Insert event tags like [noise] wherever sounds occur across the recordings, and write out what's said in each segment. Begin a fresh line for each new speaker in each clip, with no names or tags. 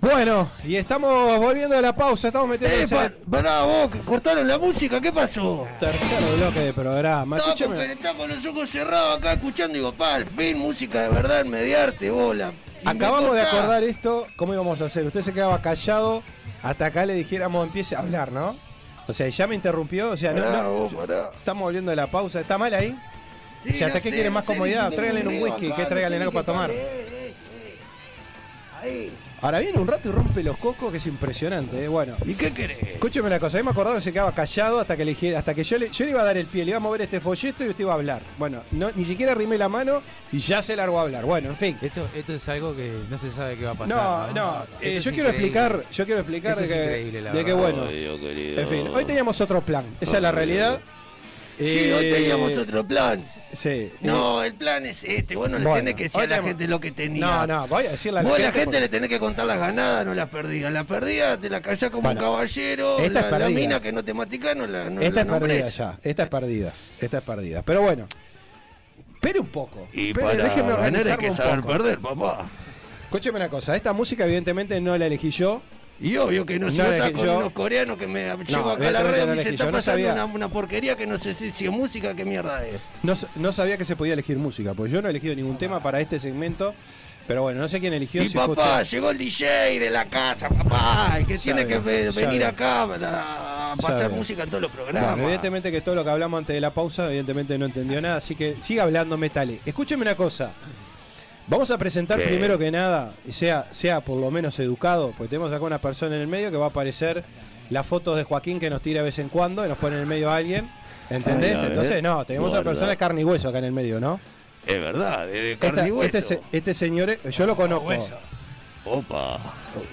Bueno, y estamos volviendo de la pausa, estamos
Eh,
metiendo
pa- pará, vos, que cortaron la música, ¿qué pasó?
el tercer bloque de programa.
Estaba con,
Escúchame.
pero estaba con los ojos cerrados acá escuchando y digo, pa, al fin música de verdad, mediarte, bola. Y me
Acabamos de
cortá.
acordar esto, ¿cómo íbamos a hacer? Usted se quedaba callado hasta acá le dijéramos empiece a hablar, ¿no? O sea, ya me interrumpió, o sea, no,
Pará,
no.
vos, pará.
Estamos volviendo de la pausa, ¿está mal ahí?
Sí,
O sea, ¿hasta
no
qué
sé,
quiere
no
más
sé,
comodidad?
tengo
Tráiganle un
miedo
whisky,
acá,
que
no
tráiganle
sé
algo
ni
para tomar.
qué tal, eh, eh, eh. Ahí.
Ahora viene un rato y rompe los cocos que es impresionante, ¿eh? bueno.
¿Y qué querés?
Escúcheme una cosa, a mí me acordaba que se quedaba callado hasta que le dije- hasta que yo le, yo le iba a dar el pie, le iba a mover este folleto y usted iba a hablar. Bueno, no, ni siquiera arrimé la mano y ya se largó a hablar. Bueno, en fin.
Esto, esto es algo que no se sabe qué va a pasar.
No, no,
Esto
eh,
es
yo quiero
increíble.
explicar, yo quiero explicar
Esto
de
es
que,
increíble, la
de que
verdad.
bueno.
oh,
En fin, hoy teníamos otro plan, esa es la realidad.
Sí,
Eh,
hoy teníamos otro plan.
Sí.
No, el plan es este. Bueno, le
Bueno,
tenés que decir
hoy
a la
tenemos-
gente lo que tenía.
No, no, voy a decirle a la
Vos a
gente.
la gente
porque-
le tenés que contar las ganadas, no las perdidas. Las perdidas te la callás como
Bueno,
un caballero.
esta
la,
es
la
perdida.
mina que no te matica no la no
Esta
la
es perdida
nombrés.
ya, esta es perdida, esta es perdida. Pero bueno, espere un poco.
Y
espere,
para
déjeme
ganar hay
organizarme
que
un
saber
poco.
perder, papá.
Escúcheme una cosa, esta música evidentemente no la elegí yo.
Y obvio que no, se
No
nota
elegí
con
yo.
unos coreanos que me llegó acá a la
evidentemente
red y
no
me dice,
elegí
está
yo, no
pasando
sabía".
una, una porquería que no sé si, si es música, qué mierda es.
No, s- no sabía que se podía elegir música, porque yo no he elegido ningún tema para este segmento. Pero bueno, no sé quién eligió.
Y
si fue
papá,
usted.
llegó el DJ de la casa, papá, el que tiene
veo,
que ve-
ya
venir
veo.
acá para- a
Ya
pasar
veo.
música en todos los programas.
Bueno, evidentemente que todo lo que hablamos antes de la pausa, evidentemente no entendió nada, así que siga hablando, Metale. Escúcheme una cosa. Vamos a presentar
¿Qué?
primero que nada, y sea, sea por lo menos educado, porque tenemos acá una persona en el medio que va a aparecer las fotos de Joaquín que nos tira de vez en cuando, y nos pone en el medio a alguien. ¿Entendés?
Ay, a ver.
Entonces, no, tenemos una
Guarda.
persona de carne y hueso acá en el medio, ¿no?
es verdad, es de
Esta- este, se- este señor, eh, yo lo conozco.
Opa.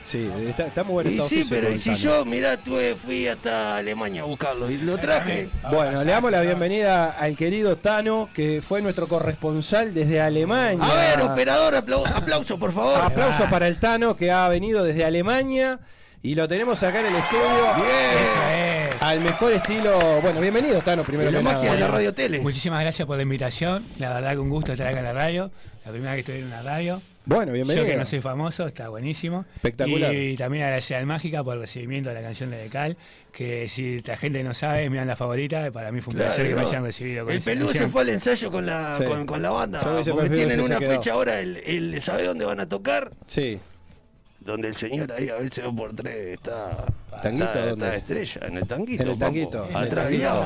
Sí, está, está muy bueno. eh,
Y
Estados
sí,
Unidos
pero y si
comentando.
yo, mirá, tuve, fui hasta Alemania a buscarlo y lo traje.
Bueno, le damos la bienvenida al querido Tano, que fue nuestro corresponsal desde Alemania.
A ver, operador, aplau- aplauso, por favor.
Aplausos
Ah.
para el Tano, que ha venido desde Alemania. Y lo tenemos acá en el estudio.
Bien.
Al mejor estilo. Bueno, bienvenido, Tano, primero
La
que
magia de la
nada.
radio tele.
Muchísimas gracias por la invitación. La verdad que un gusto estar acá en la radio. La primera vez que estoy en la radio.
Bueno, bienvenido.
Yo que no soy famoso, está buenísimo.
Espectacular.
Y, también agradecer al Mágica por el recibimiento de la canción de Decal, que si la gente no sabe, es mi banda favorita. Para mí fue un
Claro,
placer que me
¿no?
hayan recibido con
El
esa
Pelú se
canción.
fue al ensayo con la,
Sí.
con, con la banda.
Yo hubiese
Porque
preferido
tienen
que se
una
quedado.
fecha ahora, el, el- ¿sabe dónde van a tocar?
Sí.
Donde el señor ahí a veces dos por tres está.
¿Tanguito
está-
dónde?
está estrella, en el tanguito.
En el
papo.
tanguito, en el
Atrás
tanguito.
guiado.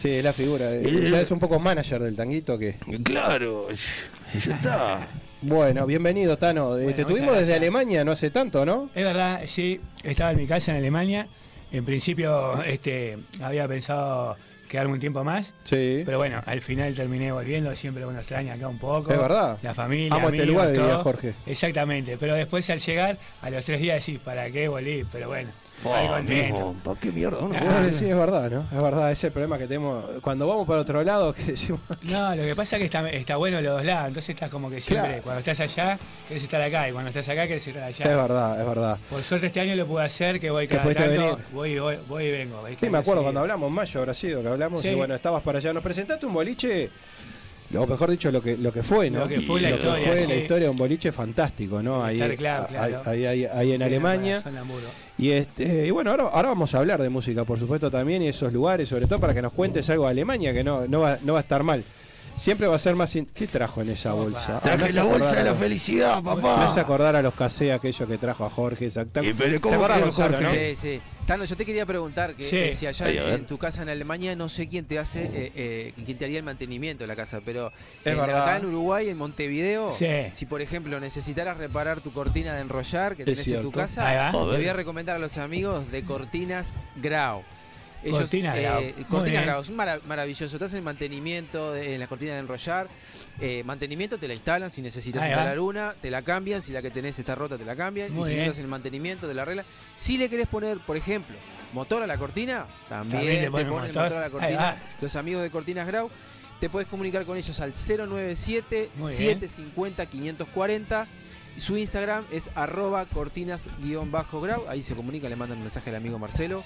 Sí, es la figura. eh,
Eh.
Ya es un poco manager del tanguito que.
Claro, ya está.
Bueno, bienvenido, Tano. Eh, Te
muchas
tuvimos desde
gracias.
Alemania no hace tanto, ¿no?
Es verdad, sí, estaba en mi casa en Alemania. En principio este, había pensado quedarme un tiempo más.
Sí.
Pero bueno, al final terminé volviendo, siempre uno extraña acá un poco.
Es verdad.
La familia.
Amo este
amigos,
lugar, diría
todo.
Jorge.
Exactamente, pero después al llegar, a los tres días decís, ¿para qué volví? Pero bueno, ahí
Oh,
contento.
mismo, ¿Para qué mierda? No,
Vos decís, es verdad, ¿no? Es verdad, ese es el problema que tenemos. Cuando vamos para otro lado, que decimos.
No, lo que pasa es que está, está bueno los dos lados, entonces estás como que siempre,
Claro.
cuando estás allá, querés estar acá, y cuando estás acá, querés estar allá.
Es verdad, es verdad.
Por suerte este año lo pude hacer, que voy
Que
cada
pudiste
tanto,
venir.
voy, y voy, voy y vengo. ¿viste?
Sí, me acuerdo
Así-
cuando hablamos, en mayo habrá sido que hablamos
Sí.
y bueno, estabas para allá. Nos presentaste un boliche, o mejor dicho, lo que, lo que fue, ¿no?
Lo que fue
Y
la
lo
historia,
fue
sí.
la historia de un boliche fantástico, ¿no? Ahí,
Estar claro,
a-
claro.
ahí, ahí- ahí en Alemania.
Son Hamburgo.
Y, este, y bueno, ahora, ahora vamos a hablar de música, por supuesto, también y esos lugares, sobre todo para que nos cuentes algo de Alemania, que no, no, va, no va a estar mal. Siempre va a ser más... in- ¿Qué trajo en esa bolsa? Ah, me
Traje
hace
la bolsa
acordar
de
a-
la felicidad,
Me
papá.
hace acordar a los casé aquellos que trajo a Jorge, exacta-
Y pero
¿Te
¿cómo
acordás,
quedó
Gonzalo,
Jorge?
no?
Sí.
Sí, sí. Tano, yo te quería preguntar que
Sí.
eh, si allá
Ahí, a
en,
ver.
en tu casa en Alemania no sé quién te hace, eh, eh, quién te haría el mantenimiento de la casa, pero en-
verdad.
acá en Uruguay, en Montevideo,
Sí.
si por ejemplo necesitaras reparar tu cortina de enrollar que tenés en
cierto.
tu casa,
Ahí va.
te voy a recomendar a los amigos de Cortinas Grau. eh,
Cortinas Grau. Muy bien.
Cortinas Grau, es mara- maravilloso. Te hacen el mantenimiento de, en la cortina de enrollar. eh, mantenimiento te la instalan si necesitas
Ahí va.
instalar una, te la cambian, si la que tenés está rota te la cambian,
Muy
y si
bien.
necesitas el mantenimiento de la regla. Si le querés poner, por ejemplo, motor a la cortina, también,
También le
te
ponen
ponen motor.
motor.
a la
Ahí
cortina.
va.
Los amigos de Cortinas Grau, te puedes comunicar con ellos al 097
Muy bien.
750 540. Su Instagram es arroba cortinas-grau. Ahí se comunica, le mandan un mensaje al amigo Marcelo.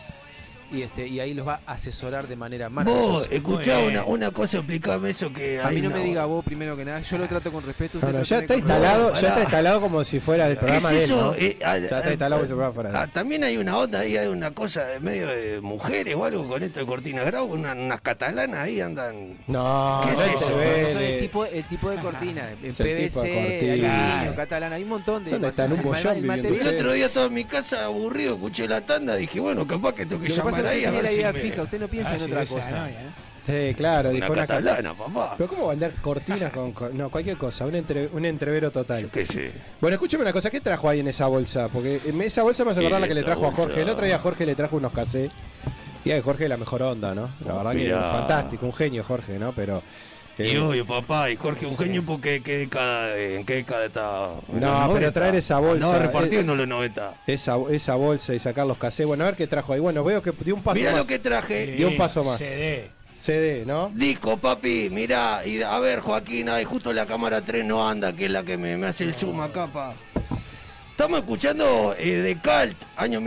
y, este, y ahí los va a asesorar de manera
Vos,
maravillosa.
escuchá
Muy
una,
bien.
una cosa, explicame eso que.
A
hay
mí no
una-
me diga vos primero que nada, yo lo trato con respeto. usted
Ahora,
lo
ya
tiene
está
con-
instalado, ya
pará.
está instalado como si fuera el
¿Qué
programa
es
de él,
eso?
¿no?
Eh, ah,
Ya
ah,
está instalado el programa fuera de
ah,
él.
también hay una onda ahí, hay una cosa de medio de mujeres o algo con esto de Cortina Grau, una- unas catalanas ahí andan.
Ah, No,
¿Qué es
no te
eso?
No,
ve
no, son
de-
el tipo, el tipo de cortina,
[laughs]
en
Es el tipo de
PVC,
cortina.
aluminio, catalán, hay un montón de.
¿Dónde están? Un
el ma-
bollón
el
viviendo
Y el
material-
ustedes.
otro día estaba en mi casa aburrido, escuché la tanda, dije, bueno, capaz que tengo que
Lo que pasa es
llamar
que
ahí
usted
a ver
tiene la
si
idea
me-
fija, usted no piensa
Ah,
en
sí,
otra
esa
cosa.
novia, ¿no?
Sí, claro,
Una
dijo una ca-
catalana, papá.
Pero ¿cómo va a andar cortinas con, con- No, cualquier cosa, un, entre- un entrevero total.
Yo qué sé.
Bueno, escúchame una cosa, ¿qué trajo ahí en esa bolsa? Porque en esa bolsa me hace acordar la que le
Esta
trajo a
bolsa.
Jorge. El otro día Jorge le trajo unos cassettes. Y a Jorge la mejor onda, ¿no? La verdad que
Mirá.
fantástico, un genio Jorge, ¿no? Pero... eh,
Y obvio, papá, y Jorge Eugenio, porque qué década, en qué década está. ¿En
No,
los
pero
90?
traer esa bolsa,
Andaba
eh,
repartiendo en los 90.
esa, esa bolsa y sacar los cassettes. Bueno, a ver qué trajo ahí. Bueno, veo que dio un paso
Mirá
más. Eh.
lo que traje.
Dio un paso más.
CD.
CD, ¿no?
Disco, papi, mirá, y a ver, Joaquín, ay, justo la cámara 3 no anda, que es la que me, me hace el zoom acá, pa. Estamos escuchando eh, de Cult, año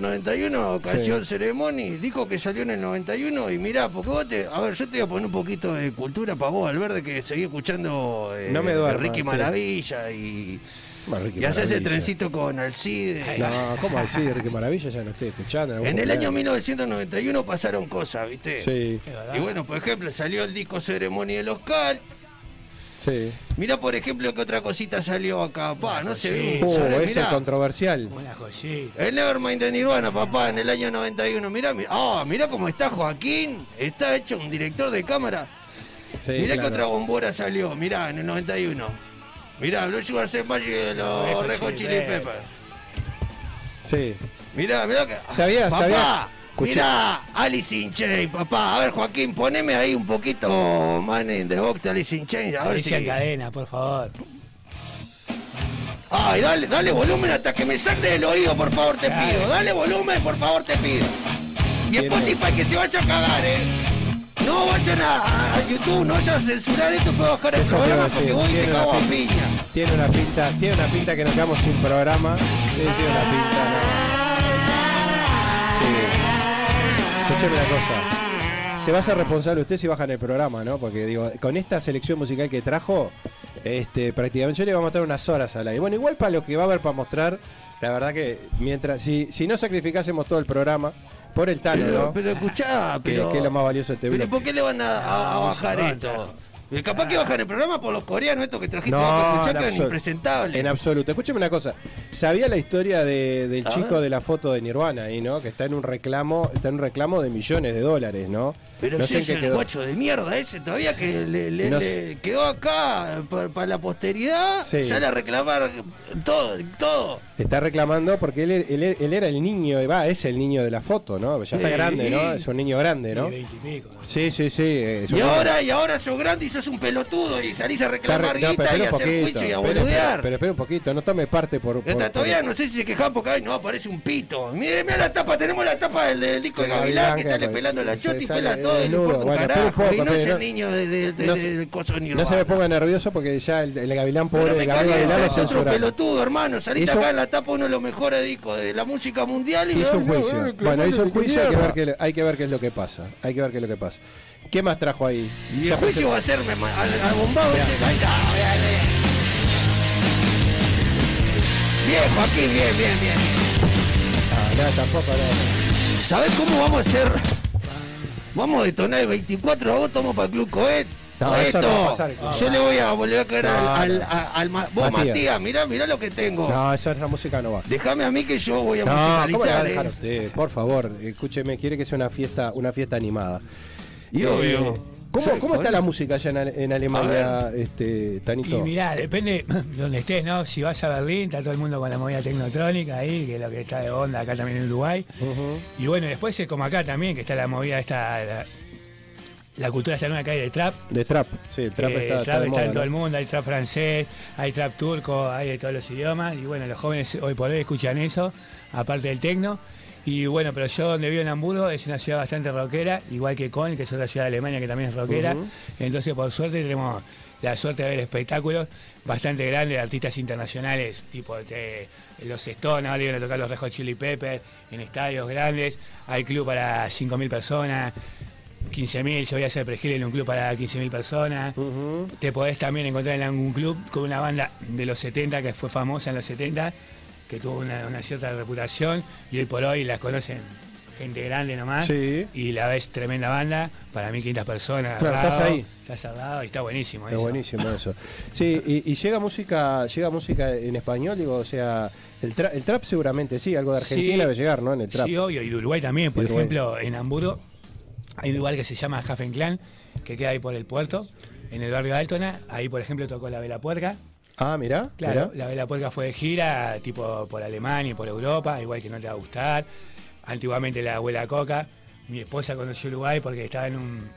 1991, canción Ceremony, disco que salió en el 91, y mirá, porque vos te, a ver, yo te voy a poner un poquito de cultura para vos, Alverde, que seguí escuchando eh,
No me duermas,
Ricky
sí.
Maravilla y... Y haces el trencito con Alcide.
No, ¿cómo decir? Qué maravilla, ya lo estoy escuchando.
En el año 1991 pasaron cosas, ¿viste?
Sí,
Es verdad.
Y bueno, por ejemplo, salió el disco Ceremonia de los Cult.
sí.
Mirá, por ejemplo, que otra cosita salió acá. Pa, no se ve.
Uh,
Sobre-
ese es
mirá,
controversial.
Una joyita.
el Nevermind de Nirvana, papá, en el año 91. Mirá, mirá, ah, mirá cómo está Joaquín. Está hecho un director de cámara.
Sí,
mirá que
claro.
otra bombora salió. Mirá, en el 91. Mirá, Blue Sugar Sex Magic de los
Los
Red Hot
Chili
Chili
Peppers.
Peppers.
Sí.
Mirá, mirá que.
Sabía,
papá,
sabía. Escuché.
Mirá, Alice in Chains, papá. A ver, Joaquín, poneme ahí un poquito Man in the Box, Alice in Chains. A ver
Alicia
si.
Cadena, por favor.
Ay, dale, dale volumen hasta que me saque del oído, por favor, te
Dale.
pido. Dale volumen, por favor, te pido. Y
Bien,
Spotify que se vaya a cagar, eh. No vayan a, a YouTube, no vayan a censurar esto para bajar el
Eso te iba a
programa
decir.
porque voy y te
Tiene
cago a
una
piña.
Tiene una pinta, tiene una pinta que nos quedamos sin programa. Sí, tiene una pinta, no. Sí. Escúcheme una cosa. Se va a ser responsable usted si bajan el programa, ¿no? Porque digo, con esta selección musical que trajo, este, prácticamente yo le voy a mostrar unas horas al aire. Bueno, igual para lo que va a haber para mostrar, la verdad que mientras, si, si no sacrificásemos todo el programa, por el Tano,
Pero,
¿no?
pero escuchá,
Que-
pero.
que es lo más valioso de este
Pero
bloque.
¿por qué le van a, a- a
No,
bajar
no,
esto? Eh, Capaz que bajan el programa por los coreanos, estos que trajiste
No,
vos, que
en
escuchá que eran
absoluto.
impresentables.
En absoluto. Escúchame una cosa. Sabía la historia de- del
A
chico
ver.
de la foto de Nirvana ahí, ¿no? Que está en un reclamo, está en un reclamo de millones de dólares, ¿no?
pero
no
si es el guacho de mierda ese todavía que le, le-
No
le
sé.
quedó acá para la posteridad,
Sí.
sale a reclamar todo, todo.
Está reclamando porque él, él- él era el niño, y va, es el niño de la foto, ¿no? Ya está
Sí.
grande, ¿no? Es un niño grande, ¿no?
De 20 y pico.
Sí, sí, sí. es un
Y
niño.
ahora, y ahora sos grande y sos un pelotudo y salís a
Está re-
reclamar
no,
guita y a
espera un
hacer
poquito,
juicio y a
espera,
boludear.
espera, Pero espera un poquito, no tome parte por. por-
Hasta
por-
todavía no sé si se quejan porque ay, no aparece un pito. Mire, mira la tapa, tenemos la tapa del, del disco de
Pero
Gavilán
Gavilán,
que sale
que-
pelando la
se
chota y
sale
pela todo y no
desnudo.
importa un
Bueno, espera un
carajo. y
poco,
no es
pero
el
no-
niño de, de, de-
no
del
se-
coso ni
No se me ponga nervioso porque ya el, el Gavilán, pobre,
Pero
el
me
Gavilán
calienta,
Gavilán lo
es otro
censuraron.
pelotudo, hermano. Saliste
Hizo-
acá en la tapa uno de los mejores discos de la música mundial y
Hizo un
no,
juicio.
no, no,
bueno, hizo un juicio, hay que, ver
mierda.
qué, hay que ver qué es lo que pasa. Hay que ver qué es lo que pasa. ¿Qué más trajo ahí?
Y
Ya
el juicio va a ser me- al, al bombado ese. Ahí está, ahí está. Bien, Joaquín, bien, bien, bien.
pensé- Ah, no, tampoco, no.
¿Sabés cómo vamos a hacer? Vamos a detonar el 24 de agosto, vamos para el Club Coet.
No, eso
Esto,
no va a pasar, Club.
yo le voy a volver a caer
No,
al, al,
no.
a- al ma- Vos,
Matías.
Matías. mirá, mirá lo que tengo.
No, esa, esa música no va.
Déjame a mí que yo voy a
No, ¿cómo la va a
musicalizar.
dejar
eh.
usted? Por favor, escúcheme, quiere que sea una fiesta, una fiesta animada.
Y
Eh,
obvio.
¿Cómo,
Sí,
cómo está
bueno.
la música allá en, Ale- en Alemania, este,
Y
Tanito?
mirá, depende [clears throat] donde estés, ¿no? Si vas a Berlín, está todo el mundo con la movida tecnotrónica ahí, que es lo que está de onda acá también en Uruguay.
Ujú.
Y bueno, después es como acá también, que está la movida esta, la, la cultura esta nueva que hay de trap.
De trap, sí, el trap
Eh,
está, está
trap
de
está
moda,
en todo el
¿no?
mundo, hay trap francés, hay trap turco, hay de todos los idiomas. Y bueno, los jóvenes hoy por hoy escuchan eso, aparte del tecno. Y bueno, pero yo donde vivo en Hamburgo es una ciudad bastante rockera, igual que Köln, que es otra ciudad de Alemania que también es rockera. Entonces, por suerte, tenemos la suerte de ver espectáculos bastante grandes de artistas internacionales, tipo de los Stones, ahora iban a tocar los Red Hot Chili Peppers en estadios grandes. Hay club para 5.000 personas. 15.000, yo voy a hacer Prejil en un club para 15.000 personas. Te podés también encontrar en algún club con una banda de los 70 que fue famosa en los 70, que tuvo una, una cierta reputación y hoy por hoy las conocen gente grande nomás.
Sí.
Y la ves tremenda banda, para 1.500 personas.
Claro,
al
estás
lado,
ahí.
Estás al lado y está buenísimo.
Está
eso.
buenísimo eso. Sí, y, y llega música llega música en español, digo, o sea, el, tra- el trap seguramente sí, algo de Argentina
Sí.
debe llegar, ¿no? En el trap.
Sí, obvio, y de Uruguay también. Por
De Uruguay.
ejemplo, en Hamburgo hay un lugar que se llama Hafenclan, que queda ahí por el puerto, en el barrio de Altona. Ahí, por ejemplo, tocó la Vela Puerca.
Ah, mirá,
Claro,
mirá.
la Vela Puerca fue de gira, tipo por Alemania y por Europa, igual que no te va a gustar. Antiguamente la abuela Coca, mi esposa conoció Uruguay porque estaba en un,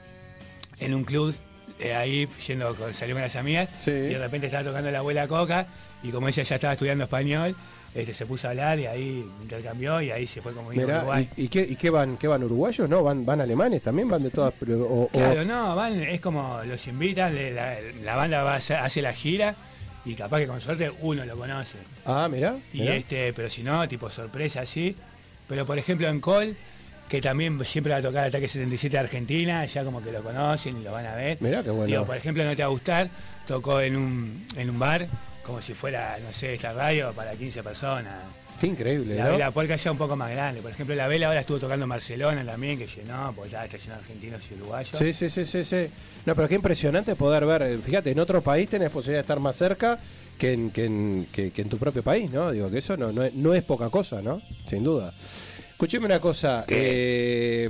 en un club eh, ahí yendo con, salió con las amigas
Sí.
y de repente estaba tocando la abuela Coca y como ella ya estaba estudiando español, este, se puso a hablar y ahí intercambió y ahí se fue como
Mirá,
Uruguay.
¿y, y qué, y qué van? ¿Qué van uruguayos? ¿No? ¿Van, van alemanes también? ¿Van de todas? pero- O, o-
Claro, no, van, es como los invitan, le- la, la banda va a hacer- hace la gira y capaz que con suerte uno lo conoce.
Ah, mirá.
Y
mirá.
este, pero si no, tipo sorpresa así. Pero por ejemplo en Col, que también siempre va a tocar Ataque 77 de Argentina, ya como que lo conocen y lo van a ver.
Mirá qué bueno.
Digo, por ejemplo, no te va a gustar, tocó en un, en un bar, como si fuera, no sé, esta radio para 15 personas.
Qué increíble,
La
¿no?
vela puerca ya un poco más grande. Por ejemplo, la vela ahora estuvo tocando en Barcelona también, que llenó, porque estaba está lleno de argentinos y uruguayos.
Sí, sí, sí, sí, sí. No, pero qué impresionante poder ver. eh, Fíjate, en otro país tenés posibilidad de estar más cerca que en, que en, que- que en tu propio país, ¿no? Digo que eso no, no, es, no es poca cosa, ¿no? Sin duda. Escucheme una cosa. eh,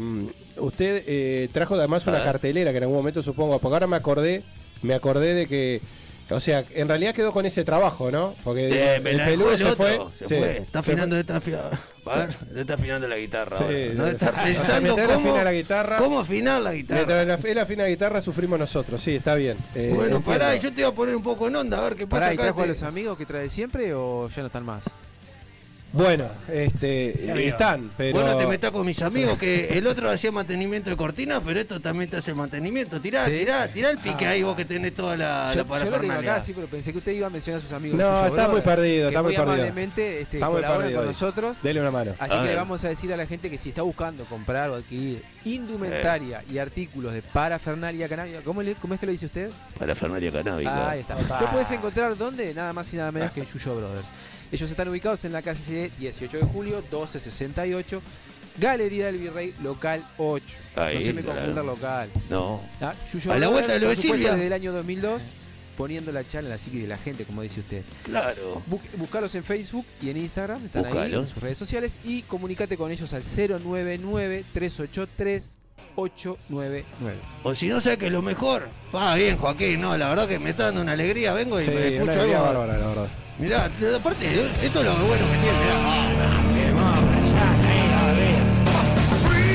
usted eh, trajo además una cartelera que en algún momento supongo, porque ahora me acordé, me acordé de que. O sea, en realidad quedó con ese trabajo, ¿no? Porque digo,
Eh, me
el
la
peludo
dejó
se
el
fue.
otro, Se
sí,
fue. Está
se fue.
afinando, está afinando. A ver, está afinando la guitarra.
Sí,
ahora. No
sí. O [laughs]
está
sea,
pensando
mientras
cómo,
afina la guitarra-
cómo afinar la guitarra.
Mientras la- él afina la guitarra, sufrimos nosotros. Sí, está bien. Eh,
bueno,
entiendo.
pará, yo te voy a poner un poco en onda, a ver qué pasa
Pará, ¿y
acá.
trajo a
este-
los amigos que trae siempre o ya no están más?
Bueno, este,
amigo.
están, pero.
Bueno, te metas con mis amigos que el otro hacía mantenimiento de cortinas, pero esto también te hace mantenimiento. Tirá,
Sí. Ah.
tirá, tirá el pique ahí vos que tenés toda la, la
yo, yo lo tengo
parafernalia.
acá, sí, pero pensé que usted iba a mencionar a sus amigos.
No,
suyos,
está
brother,
muy perdido,
que
está muy perdido.
amablemente este,
Está muy
colaboran
perdido
con
hoy.
nosotros.
Dele una mano.
Así
A
que le
ver.
vamos a decir a la gente que si está buscando comprar o adquirir indumentaria y artículos de parafernalia canábica, ¿cómo, le- cómo es que lo dice usted?
Parafernalia canábica.
Ah, Ahí está.
Opa.
Lo puedes encontrar donde? Nada más y nada menos que en Yuyo Brothers. Ellos están ubicados en la calle 18 de julio, 1268, Galería del Virrey, local 8. no
Ahí,
se me
claro.
confunda el local.
No.
¿Ah? Yuyo
A la
Brothers,
vuelta de lo
por
de
supuesto,
Silvia.
Desde el año 2002, poniendo la charla en la psique de la gente, como dice usted.
Claro.
Bu- buscalos en Facebook y en Instagram, están ahí en
Buscalos.
sus redes sociales y comunícate con ellos al 099 383 899.
O si no, sé que lo mejor. Va bien, Joaquín, no, la verdad que me está dando una alegría. Vengo y
Sí,
me
una
escucho
alegría
algo.
bárbara, la verdad.
Mirá, aparte, esto es lo bueno que tiene. mirá. Ah,
Tenemos allá, ahí, a ver.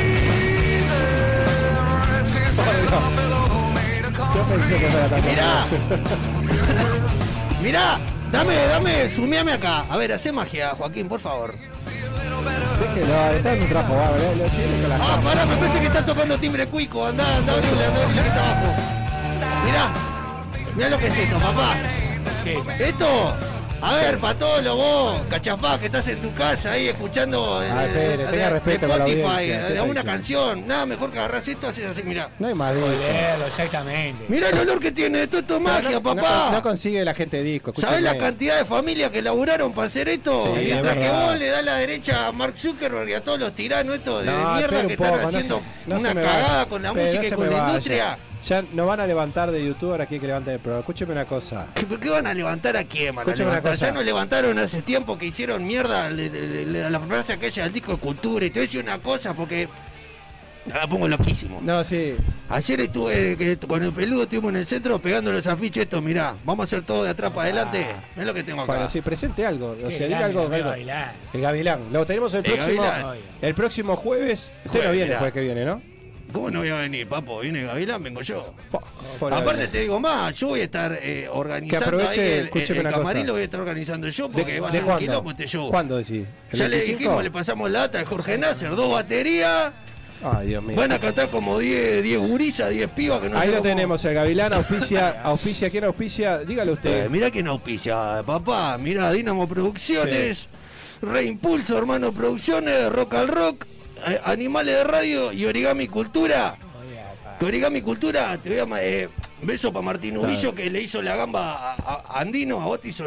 Yo pensé que no era tan
[laughs]
Mirá. Mirá. Dame, dame, sumiame acá. A ver, hacé magia, Joaquín, por favor.
Déjelo, está en un trapo, va, ¿verdad? Lo tiene con las
Ah,
camas.
pará, me parece que está tocando timbre cuico. Andá, andá, abrile, andá, abrile, que está abajo. Mirá, mirá lo que es esto, papá.
¿Qué?
Esto, a ver, patolo, vos, cachafá, que estás en tu casa ahí escuchando. eh,
Ah, espere, tenga respeto con la
Spotify, eh,
audiencia, ¿qué está
alguna
diciendo?
canción. Nada mejor que agarrás esto, haces así, mirá.
No hay más disco.
Leerlo, exactamente.
Mirá el olor que tiene, esto, esto es magia,
No- no-
papá.
No, consigue la gente disco.
¿Sabés
escúchame.
la cantidad de familias que laburaron para hacer esto?
Sí, es
Mientras que
verdad.
vos le das la derecha a Mark Zuckerberg y a todos los tiranos estos de
No,
mierda
espere
que
un poco,
están
no
haciendo
se- no se
una
me
cagada
vaya.
con la
Espere, no
música y
se
con
me
la
vaya.
industria.
Ya no van a levantar de YouTube ahora que hay que levantar el programa. Escúcheme una cosa.
¿Qué, ¿Por qué van a levantar a quién? Van a
Escúchame una
levantar?
cosa.
Ya no levantaron hace tiempo que hicieron mierda le- le- le- la frase aquella del disco de cultura. Y te voy a decir una cosa porque la pongo loquísimo.
No, sí.
Ayer estuve que estu- con el peludo, estuvimos en el centro pegando los afiches estos. Mirá, vamos a hacer todo de atrás para adelante.
Ah.
Mirá lo que tengo acá.
Bueno, sí, presente algo. O
Qué
sea, diga
grande,
algo.
no me
algo.
bailá.
El Gavilán. Lo tenemos el
El
próximo.
Gavilán.
El próximo jueves. Usted
Jueves,
no viene el
mirá.
jueves que viene, ¿no?
¿Cómo no voy a venir, papo? Viene Gavilán, vengo yo.
Po- pobre
Aparte
Gavilán.
te digo más, yo voy a estar eh, organizando
aproveche,
ahí el,
escúcheme
el
una
camarín,
cosa.
lo voy a estar organizando yo porque va a
¿De
ser un
cuándo?
quilombo este show.
¿Cuándo decís? ¿El
Ya le
25?
dijimos, le pasamos lata a Jorge Nasser, dos baterías
Ay, Dios mío.
Van a cantar como 10 10 gurisas, 10 pibas que no
Ahí
sé
lo
cómo-
tenemos, el Gavilán
[laughs]
auspicia, auspicia, ¿quién auspicia? Dígalo
Eh,
usted.
mirá quién auspicia, papá. Mirá, Dinamo Producciones, Reimpulso, hermano Producciones, Rock al Rock, eh, Animales de Radio y Origami Cultura. Que Origami Cultura, te voy a. ma- eh, beso para Martín Ubillo que le hizo la gamba a, a- a Andino, a vos [laughs] te hizo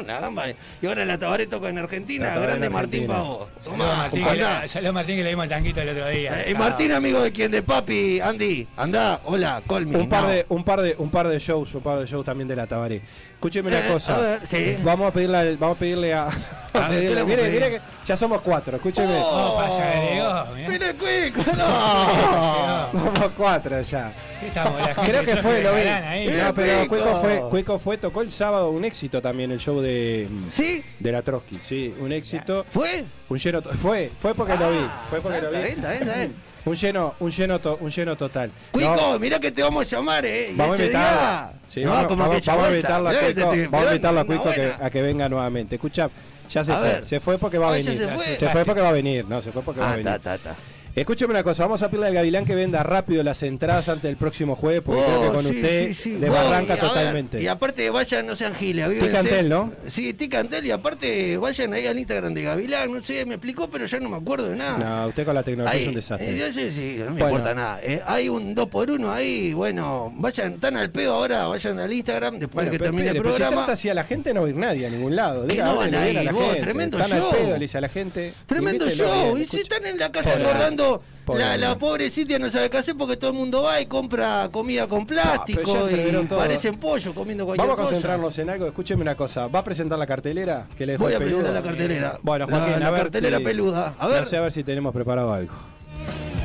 una gamba. eh. Y ahora la Tabaré toca en Argentina.
La Tabaré
Grande
en
Martín
Argentina.
para vos.
Saludos a
Tomá,
Martín, que le-
andá.
saludos a Martín que le dimos el tanquito el otro día.
Eh,
el
y
sábado.
Martín, amigo de quien de papi, Andy, andá, hola, call me.
Un par,
no.
de, un, par de, un par de shows, un par de shows también de la Tabaré. Escúcheme una
Eh,
cosa.
a ver, sí.
Vamos a pedirle, al- vamos a pedirle a. [laughs]
A ver, ¿qué le
pedirle-
vamos a
mire,
pedir?
mire que ya somos cuatro, escúcheme. [laughs]
Oh, pasa, agregó, mirá.
Mira, cuico, no.
Somos cuatro ya.
¿Qué
[laughs]
estamos? La gente
Creo que
de
fue,
Jorge
lo vi.
Galán ahí.
Mirá,
No, pero
Cuico.
Cuico fue, Cuico fue, tocó el sábado un éxito también el show de,
¿Sí?
de la Trotsky, sí, un éxito.
¿Fue?
Un lleno to- fue, fue porque lo vi, fue porque
está
lo vi.
bien, está bien, está bien.
Un lleno, un lleno, to- un lleno total.
Cuico,
No,
mirá que te vamos a llamar, ¿eh? Y
Vamos a
ese
invitarla.
día-
Sí,
No,
vamos,
como
vamos-
que
vamos a
llamó esta.
invitarla a
Mirá que te
Cuico,
estoy
vamos a invitarla a
esperando,
Cuico a
una
que,
buena.
a que venga nuevamente. Escucha, ya se
A
fue,
ver.
se fue porque va a
Ah, ya
venir.
se fue.
porque va a venir, no, se fue porque va a
Ah,
venir.
ta, ta, ta.
Escúcheme una cosa, vamos a pedirle al Gavilán que venda rápido las entradas antes del próximo jueves, porque
Oh,
creo que con
sí,
usted
sí, sí.
de
Oh,
barranca
y a ver,
totalmente.
y aparte, vayan, no sean giles, avívese.
Ticantel, ¿no?
Sí, Ticantel, y aparte, vayan ahí al Instagram de Gavilán, no sé, me explicó, pero ya no me acuerdo de nada.
No, usted con la tecnología
Ahí,
es un desastre.
eh, yo sí, sí, no me
Bueno.
importa nada. Eh, hay un 2 por 1 ahí, bueno, vayan, están al pedo ahora, vayan al Instagram después
Bueno,
de que
pero
termine
espere,
el
pero se
programa.
trata si a la gente no va a ir nadie a ningún lado.
Que
Diga,
no van
háblele
a
bien a la
ir, vos,
gente.
tremendo
Están al
show.
pedo, le dice a la gente.
Tremendo
Invítelo
show.
bien,
y si
escuche.
están en la casa
Pobre
engordando,
Pobre
la, la
Ana.
pobre Cintia no sabe qué hacer porque todo el mundo va y compra comida con
pero ya
plástico
entreveró
y
todo.
parecen pollo comiendo cualquier
Vamos a
cosa.
concentrarnos en algo. Escúcheme una cosa. ¿Va a presentar la cartelera? Que le dejó
Voy a
el
presentar
peludo?
la cartelera.
Bueno,
La-
Joaquín,
la,
a ver.
cartelera
si-
peluda. A ver.
No sé a ver si tenemos preparado algo.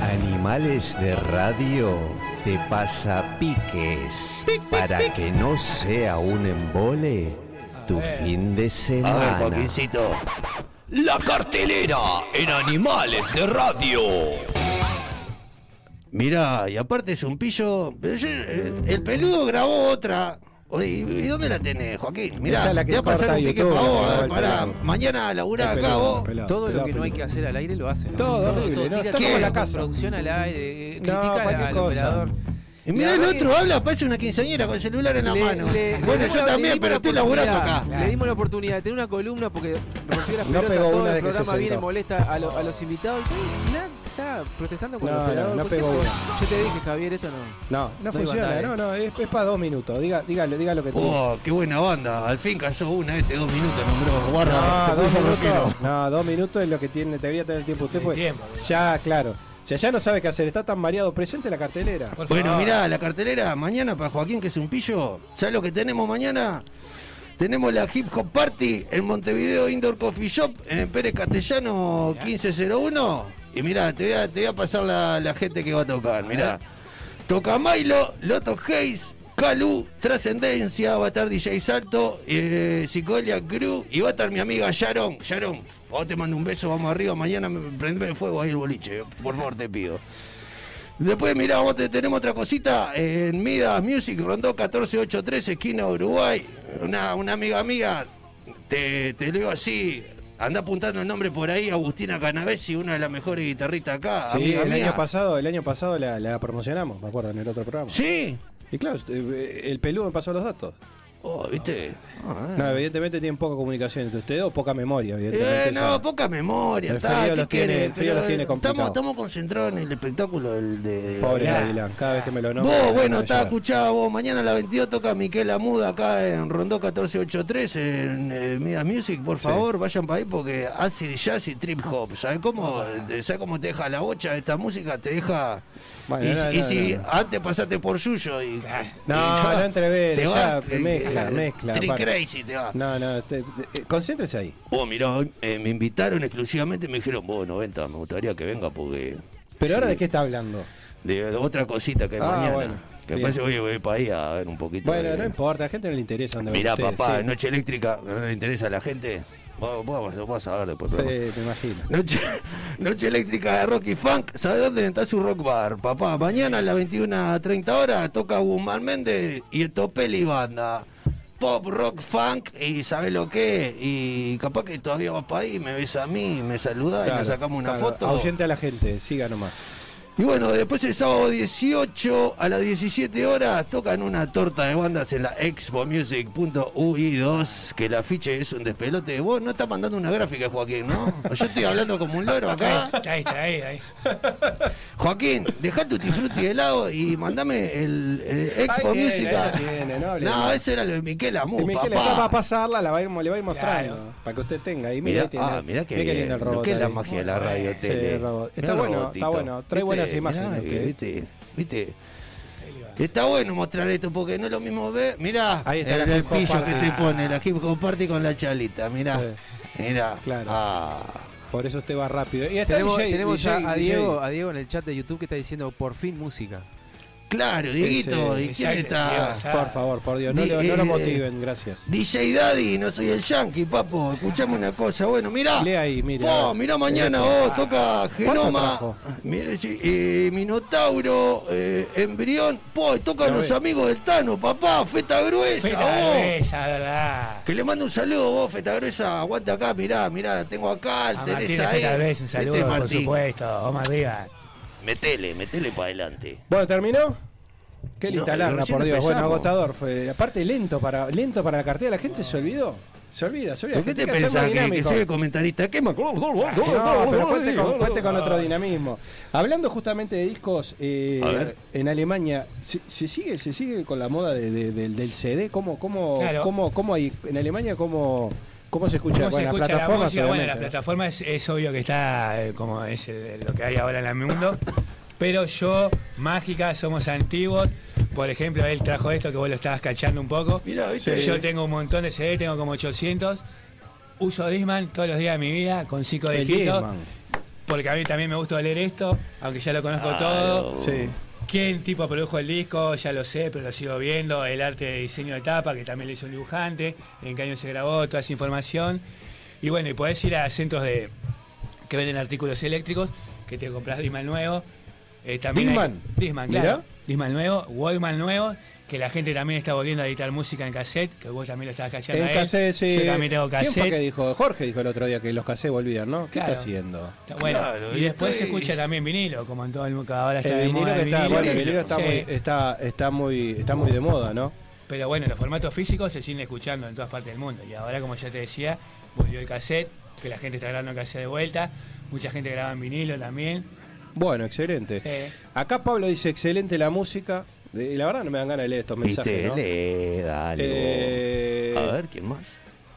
Animales de radio te pasa piques para que no sea un embole tu fin de
A ver,
semana.
Joaquincito.
La cartelera en Animales de Radio.
Mirá, y aparte es un pillo. pero yo- eh, el peludo grabó otra. Oye, ¿Y y dónde la tenés, Joaquín? Mirá,
Esa es la que
te va a pasar
corta
un pique
YouTube,
para vos.
la
a ver,
del
eh, pará.
peludo.
Mañana laburá
El
acá
peludo,
vos.
peludo,
todo lo
peludo,
que no hay que
peludo.
hacer al aire lo hace. ¿no?
Todo, horrible, ¿no?
tira
Está
todo
como la
con
casa.
Producción al aire, eh,
No,
critica al-
cualquier
al
cosa.
operador.
Y mirá
La
el
verdad que-
otro habla, parece una quinceañera con el celular en la
Le-
mano.
le- le
bueno,
dimos
yo
la- le
también,
dimos
pero
la
estoy laburando
oportunidad,
acá.
Le dimos la oportunidad de tener una columna porque rompió las
No
pelotas
pegó
todo
una
el
desde que se
programa viene
sentó.
molesta a, lo- a los invitados. Y nada, Está protestando con
No,
los
no,
operadores.
no
¿Por qué
pegó
no?
una.
Yo te dije, Javier, eso no.
No, no,
No iba
funciona.
a
No,
dar,
no, es, es para dos minutos. Diga, diga, diga lo que tiene.
eh. Oh, qué buena banda. Al fin casó una este dos minutos, nombró
No,
guarda. se
Ah, dos
puso rockero.
minutos, no, dos minutos es lo que tiene, debería tener tiempo usted.
El
Pues,
tiempo.
ya, claro. Si allá no sabe qué hacer, está tan mareado, presente la cartelera.
Por
Bueno,
favor.
mirá, la cartelera mañana para Joaquín, que es un pillo. ¿Sabes lo que tenemos mañana? Tenemos la Hip Hop Party en Montevideo Indoor Coffee Shop, en Pérez Castellano 1501. Y mirá, te voy a, te voy a pasar la, la gente que va a tocar. Mirá, toca Milo, Loto Hayes, Calu, Trascendencia, va a estar DJ Salto, eh, Psicolia Crew y va a estar mi amiga Sharon. Sharon, vos te mando un beso, vamos arriba. Mañana me prendeme fuego ahí el boliche, eh. por favor te pido. Después, mirá, vos te- tenemos otra cosita en Midas Music, Rondó 1483, esquina Uruguay. Una, una amiga mía, te, te leo así, anda apuntando el nombre por ahí, Agustina Canavesi, una de las mejores guitarristas acá.
Sí,
amiga
el
mía.
año pasado, el año pasado la, la promocionamos, me acuerdo, en el otro programa.
Sí.
Y claro, eh, el peludo me pasó los datos.
Oh, viste.
No, evidentemente tienen poca comunicación entre ustedes o poca memoria, evidentemente.
Ah. Eh, no,
ya.
poca memoria.
El
está,
frío
¿qué
los tiene-
quiere?
el frío
Pero,
los tiene
eh,
complicado.
Estamos, estamos concentrados en el espectáculo del, de...
Pobre
de-
Gavilán, cada vez que me lo nombro.
Vos, bueno, está, escuchá, vos, mañana a las 22 toca Miquela Muda acá en Rondó 1483 en eh, Midas Music, por favor, vayan para ahí porque hace jazz y trip hop, ¿sabes cómo? ¿Sabes cómo te deja la bocha de esta música? Te deja...
Bueno,
y
no, no,
y si
no, no.
antes pasaste por suyo y...
No, no entrevere,
te
ya,
va,
mezcla, mezcla,
Trick
aparte.
crazy te va.
No, no, te- te- eh, concéntrese ahí.
Vos, mirá, hoy, eh, me invitaron exclusivamente y me dijeron, vos, 90, me gustaría que venga porque...
Pero ahora
Sí.
de qué está hablando.
De otra cosita que hay
Ah,
mañana.
bueno,
que
bien.
parece que voy, voy para ahí a ver un poquito
Bueno,
de-
no importa, a la gente no le interesa dónde van
Mirá,
ustedes,
papá,
sí.
Noche Eléctrica, ¿no le interesa a la gente? Vos, vos lo vas a ver después.
Sí,
pero-
me imagino.
Noche, Noche Eléctrica de Rocky Funk, ¿sabes dónde está su rock bar, papá? Mañana a las 21 a 30 horas toca Guzmán Méndez y Etopeli Banda. Pop, rock, funk y ¿sabes lo que? Y capaz que todavía vas para ahí, me ves a mí, me saludás y
Claro,
nos sacamos una
claro,
foto.
Ahuyente a la gente, siga nomás.
Y bueno, después el sábado 18 a las 17 horas tocan una torta de bandas en la expomusic.ui2, que el afiche es un despelote. Vos no estás mandando una gráfica, Joaquín, ¿no? Yo estoy hablando como un loro
[laughs]
acá.
Ahí está, ahí, ahí.
Joaquín, dejá tu tifruti de lado y mandame el, el Expo
tiene,
Música.
ahí tiene, no hable
no,
más.
ese era lo de Miquel Amú,
Y Miguel acá va a
papá.
pasarla, la va a ir, le va a ir mostrando.
Claro.
Para que usted tenga. Y mira,
Mirá, ah, mirá qué, bien.
lindo el
lo
robot.
que es la
ahí.
magia de la
Bueno,
radio
sí,
tele.
el robot.
Mirá
Está
el
bueno,
robotito.
está bueno. Trae
Viste,
buenas imágenes, ¿eh? usted.
mirá, viste, viste. Está bueno mostrar esto porque no es lo mismo ver. Mirá,
Ahí está
el,
la
del
hip hop
pillo que
party.
te pone, la hip hop party con la chalita. Mirá, mirá.
Claro.
Ah,
Por eso usted va rápido. Y está
Tenemos,
DJ,
tenemos
DJ,
a,
DJ.
a Diego, a Diego en el chat de YouTube que está diciendo por fin música.
claro, Dieguito,
Ese-
¿y quién
Ese-
está?
Diego,
Por favor, por Dios, no,
Di-
lo- no lo
eh,
motiven, gracias.
DJ Daddy, no soy el yankee, papo. Escuchame una cosa. Bueno, mirá.
Lea ahí, mire.
Oh, mirá mañana, oh, toca Genoma,
trajo?
mire, sí, eh, Minotauro, eh, Embrión, po, tocan
Ya
los
ve.
amigos del Tano, papá, Feta Gruesa, oh.
Feta, esa, verdad.
Que le mando un saludo vos, Feta Gruesa, aguanta acá, mirá, mirá, tengo acá,
A
tenés
Martín
ahí.
Feta Gruesa, un saludo,
Este es
por
Martín.
supuesto. Vamos arriba.
Metele, metele para adelante.
Bueno, ¿terminó? Qué
No,
lista larga,
recién
por Dios. Bueno,
empezamos.
agotador fue. Aparte, lento para lento para la cartera. La gente se olvidó. Se olvida, se olvida.
¿Por qué te
Hay que hacer más
pensás que, que
dinámico.
soy el comentarista? ¿Qué me
No, Ah. pero cuente con, cuente con otro dinamismo. Hablando justamente de discos eh,
A ver.
en Alemania, ¿se, se sigue se sigue con la moda de- de- del- del CD? ¿Cómo, cómo,
Claro.
cómo, cómo hay en Alemania cómo, cómo se escucha?
¿Cómo se
Bueno,
escucha la
plataformas,
música? Bueno, la
obviamente, ¿no?
plataforma es, es obvio que está eh, como es el- lo que hay ahora en el mundo. Pero yo, Mágica, somos antiguos. Por ejemplo, él trajo esto que vos lo estabas cachando un poco.
Mirá, ¿viste?
Yo tengo un montón de CD, tengo como 800. Uso Disman todos los días de mi vida con cinco
El
disquitos.
Discman.
Porque a mí también me gusta leer esto, aunque ya lo conozco
Claro.
todo.
Sí.
¿Quién tipo produjo el disco? Ya lo sé, pero lo sigo viendo. El arte de diseño de tapa, que también lo hizo un dibujante. En qué año se grabó, toda esa información. Y bueno, y podés ir a centros de que venden artículos eléctricos, que te compras Disman nuevo. Eh, también hay-
Discman.
Discman,
Mirá.
claro. Discman nuevo, Walkman nuevo, que la gente también está volviendo a editar música en cassette, que vos también lo estabas cachando
En
a él.
cassette, sí.
Yo también tengo
¿Quién fue que
cassette.
dijo? Jorge dijo el otro día que los cassettes volvían, ¿no? ¿Qué
Claro.
está haciendo?
Bueno,
Claro,
y
y
después se
estoy-
escucha también vinilo, como en todo el mundo. Ahora
El
está de
vinilo
moda
que
el
está, bueno, el
vinilo.
vinilo está,
Sí.
muy, está, está, muy, está muy de moda, ¿no?
Pero bueno, los formatos físicos se siguen escuchando en todas partes del mundo. Y ahora, como ya te decía, volvió el cassette, que la gente está grabando en cassette de vuelta. Mucha gente graba en vinilo también. Eh,
Bueno, excelente.
Sí.
Acá Pablo dice, excelente la música. De- la verdad no me dan ganas de leer estos mensajes,
Viste,
¿no?
lee, dale.
Eh,
vos. A ver, ¿quién más?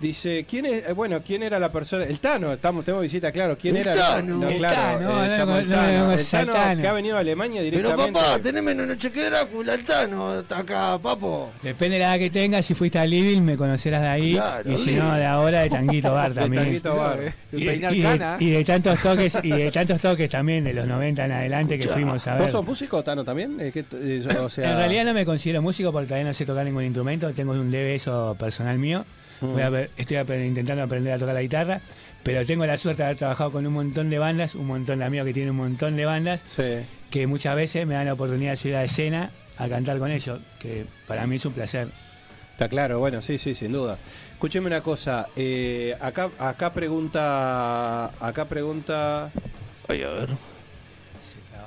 Dice, ¿quién es, eh, bueno, quién era la persona? El Tano, estamos, tenemos visita, claro. ¿Quién
El
era?
Tano.
No,
El
claro,
Tano,
eh,
no,
estamos
no,
el
no,
Tano.
no,
El
es el
Tano
Tano.
que ha venido a Alemania
Pero
directamente.
papá, teneme en noche que Drácula, el Tano, está acá, papo.
Depende de la edad que tengas, si fuiste a Living me conocerás de ahí.
Claro,
y si
Living.
no, de ahora de Tanguito Bar
[laughs] de
también.
Tanguito Bar.
De
Y, de-
peinar
y de,
cana.
y de tantos toques, y de tantos toques también de los 90 en adelante que
Escuchá,
fuimos a ver.
¿Vos sos músico, Tano, también? Eh, que t- eh, o sea-
En realidad no me considero músico porque todavía no sé tocar ningún instrumento, tengo un leve eso personal mío.
Mm.
Voy a ver- estoy apre- intentando aprender a tocar la guitarra, pero tengo la suerte de haber trabajado con un montón de bandas, un montón de amigos que tienen un montón de bandas,
Sí.
que muchas veces me dan la oportunidad de subir a escena a cantar con ellos, que para mí es un placer.
Está claro, bueno, sí, sí, sin duda. Escúcheme una cosa, eh, acá, acá pregunta, acá pregunta,
Ay, a ver.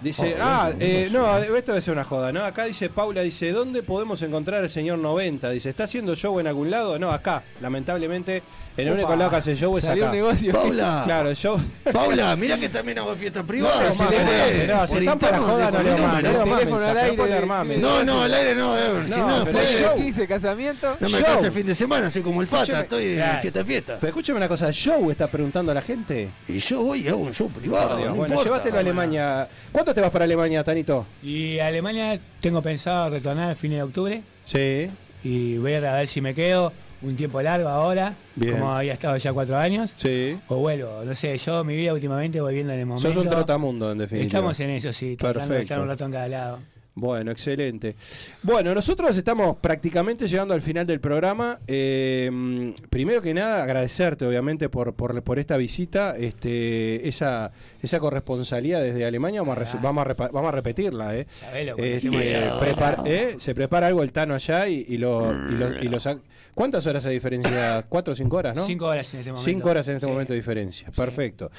dice,
Joder,
ah,
no,
eh,
no
no, esto debe ser una joda, ¿no? Acá dice Paula, dice, ¿dónde podemos encontrar al señor 90? Dice, ¿está haciendo show en algún lado? No, acá, lamentablemente, en el único lado que hace show es
Salió
acá.
un negocio.
Paula.
[laughs]
Claro, el show.
Paula, mirá que también hago fiestas
No,
privadas.
no,
si
no,
querés.
no, si
Por
están para
interno
joda,
te
no leo
ponemos,
más, no
el
leo más
teléfono al
mensajes, no
aire
puede
le-
leer más
le-
mensajes.
No, no, al aire no, Ever. si
No,
no,
pero
después-
es show.
15 casamiento.
no me
Show.
alcanza el fin de semana, soy como el
Escúchame.
Fata, estoy de
Claro.
fiesta a fiesta.
Pero escúchame una cosa, ¿show está preguntando a la gente?
Y yo voy y hago un show privado.
Por Dios,
no
bueno,
importa.
llévatelo a Alemania. ¿Cuánto te vas para Alemania, Tanito?
Y a Alemania tengo pensado retornar a fines de octubre
Sí.
y voy a ver si me quedo un tiempo largo ahora,
Bien.
como había estado ya cuatro años.
Sí.
O vuelvo, no sé, yo mi vida últimamente voy viendo en el momento.
Sos un trotamundo, en definitiva.
Estamos en eso, sí, tratando de estar
Perfecto.
un rato en cada lado.
Bueno, excelente. Bueno, nosotros estamos prácticamente llegando al final del programa. Eh, primero que nada, agradecerte, obviamente, por, por, por esta visita. Este, esa, esa corresponsalía desde Alemania, vamos a, res-
Ah.
vamos a, repa- vamos a repetirla. ¿eh?
Sabelo, cuando
Este,
estemos allá.
prepar- ¿eh? Se prepara algo el Tano allá y, y lo, y lo- y lo sac- ¿Cuántas horas hay de diferencia? ¿Cuatro o cinco horas, no?
Cinco horas en este momento.
Cinco horas en este
Sí.
momento de diferencia. Perfecto.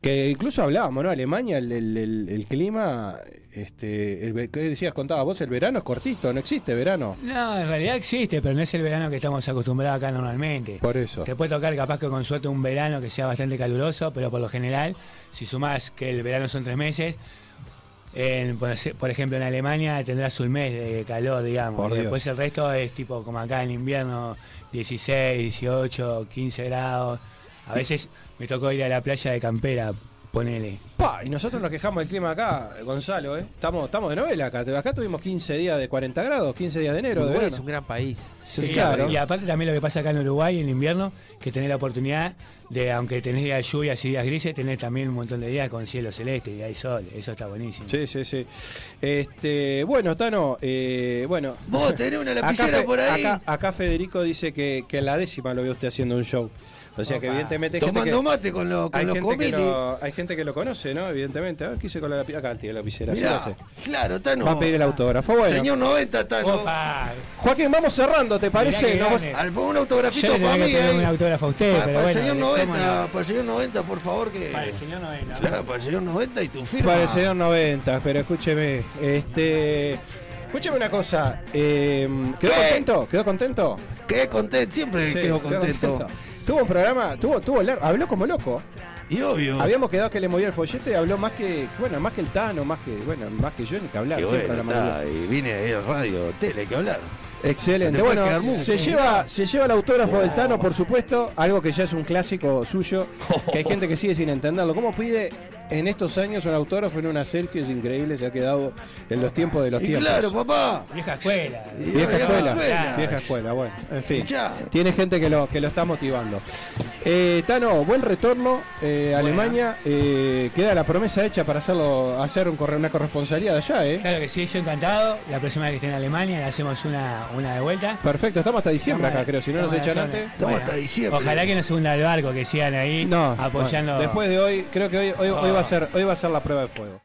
Que incluso hablábamos, ¿no? Alemania, el, el- el- el clima, este, el, ve- ¿qué decías? Contabas vos, el verano es cortito, no existe verano.
No, en realidad existe, pero no es el verano que estamos acostumbrados acá normalmente.
Por eso.
Te puede tocar capaz que con suerte un verano que sea bastante caluroso, pero por lo general, si sumás que el verano son tres meses, en, por ej- por ejemplo en Alemania tendrás un mes de calor, digamos.
Por
y
Dios.
después el resto es tipo como acá en invierno, 16, 18, 15 grados. A veces me tocó ir a la playa de Campera, ponele.
Pa, y nosotros nos quejamos del clima acá, Gonzalo, ¿eh? Estamos, estamos de novela acá. Acá tuvimos 15 días de 40 grados, 15 días de enero. De
Uruguay es
verano.
un gran país.
Sí,
Y
claro.
aparte- Y aparte también lo que pasa acá en Uruguay en invierno, que tenés la oportunidad de, aunque tenés días de lluvias y días grises, tenés también un montón de días con cielo celeste y hay sol. Eso está buenísimo.
Sí, sí, sí. Este, bueno, Tano, eh, bueno.
Vos tenés una
Acá,
lapicera
Fe-
por ahí.
acá- acá Federico dice que, que a la décima lo vio usted haciendo un show. O sea que
Opa.
evidentemente hay gente
tomando
que,
mate con, lo, con
hay,
los
gente que
comilis.
lo, hay gente que lo conoce, ¿no? Evidentemente. A ver qué hice con la lapicera. Acá tiene la lapicera. sí
Mirá,
lo sé.
claro, Tano.
Va a pedir el autógrafo. Bueno.
Señor 90, Tano.
Opa,
Joaquín, vamos cerrando, ¿te parece?
que
Nos vas-
grande.
Al, un
yo
autografito
le
para
tenía
mí.
que pedir
ahí.
un autógrafo a usted,
Pa-
pero
para el
bueno.
señor
¿cómo
90,
no?
para el señor 90, por favor, que.
Para el señor 90.
Claro, para el señor 90 y tu firma.
Para el señor 90, pero escúcheme. Este. Escúcheme una cosa. eh, ¿Quedó
¿Qué?
contento? ¿Quedó contento?
Quedé contento, siempre
Sí,
quedo
quedó
contento.
Tuvo un programa, tuvo, tuvo largo, habló como loco.
Y obvio.
Habíamos quedado que le movía el folleto y habló más que, bueno, más que el Tano, más que, bueno, más que yo ni que hablar.
Y
siempre
bueno,
habla más
está, y vine de radio, tele, hay que hablar.
yo. Excelente.
Te puede
Bueno,
quedar mucho.
se lleva, se lleva el autógrafo del Tano, por supuesto, algo que ya es un clásico suyo, que hay gente que sigue sin entenderlo. ¿Cómo pide en estos años un autógrafo en una selfie? Es increíble, se ha quedado en los tiempos de los
Y
tiempos.
claro, papá.
Vieja escuela.
Y
Vieja
vieja
escuela,
escuela.
vieja escuela, bueno, en fin.
Ya.
Tiene gente que lo, que lo está motivando. Eh, Tano, buen retorno eh, a Alemania. Eh, queda la promesa hecha para hacerlo, hacer un corre- una corresponsalía de allá, ¿eh?
Claro que sí, yo encantado. La próxima vez que esté en Alemania le hacemos una, una de vuelta.
Perfecto, estamos hasta diciembre
Estamos-
acá, creo. Si no nos
estamos en
echan
la
antes.
zona.
Estamos hasta diciembre.
Ojalá que no se hunda el barco, que sigan ahí
No,
apoyando. Ah.
bueno, después de hoy, creo que hoy, hoy, hoy va a ser, hoy va a ser la prueba de fuego.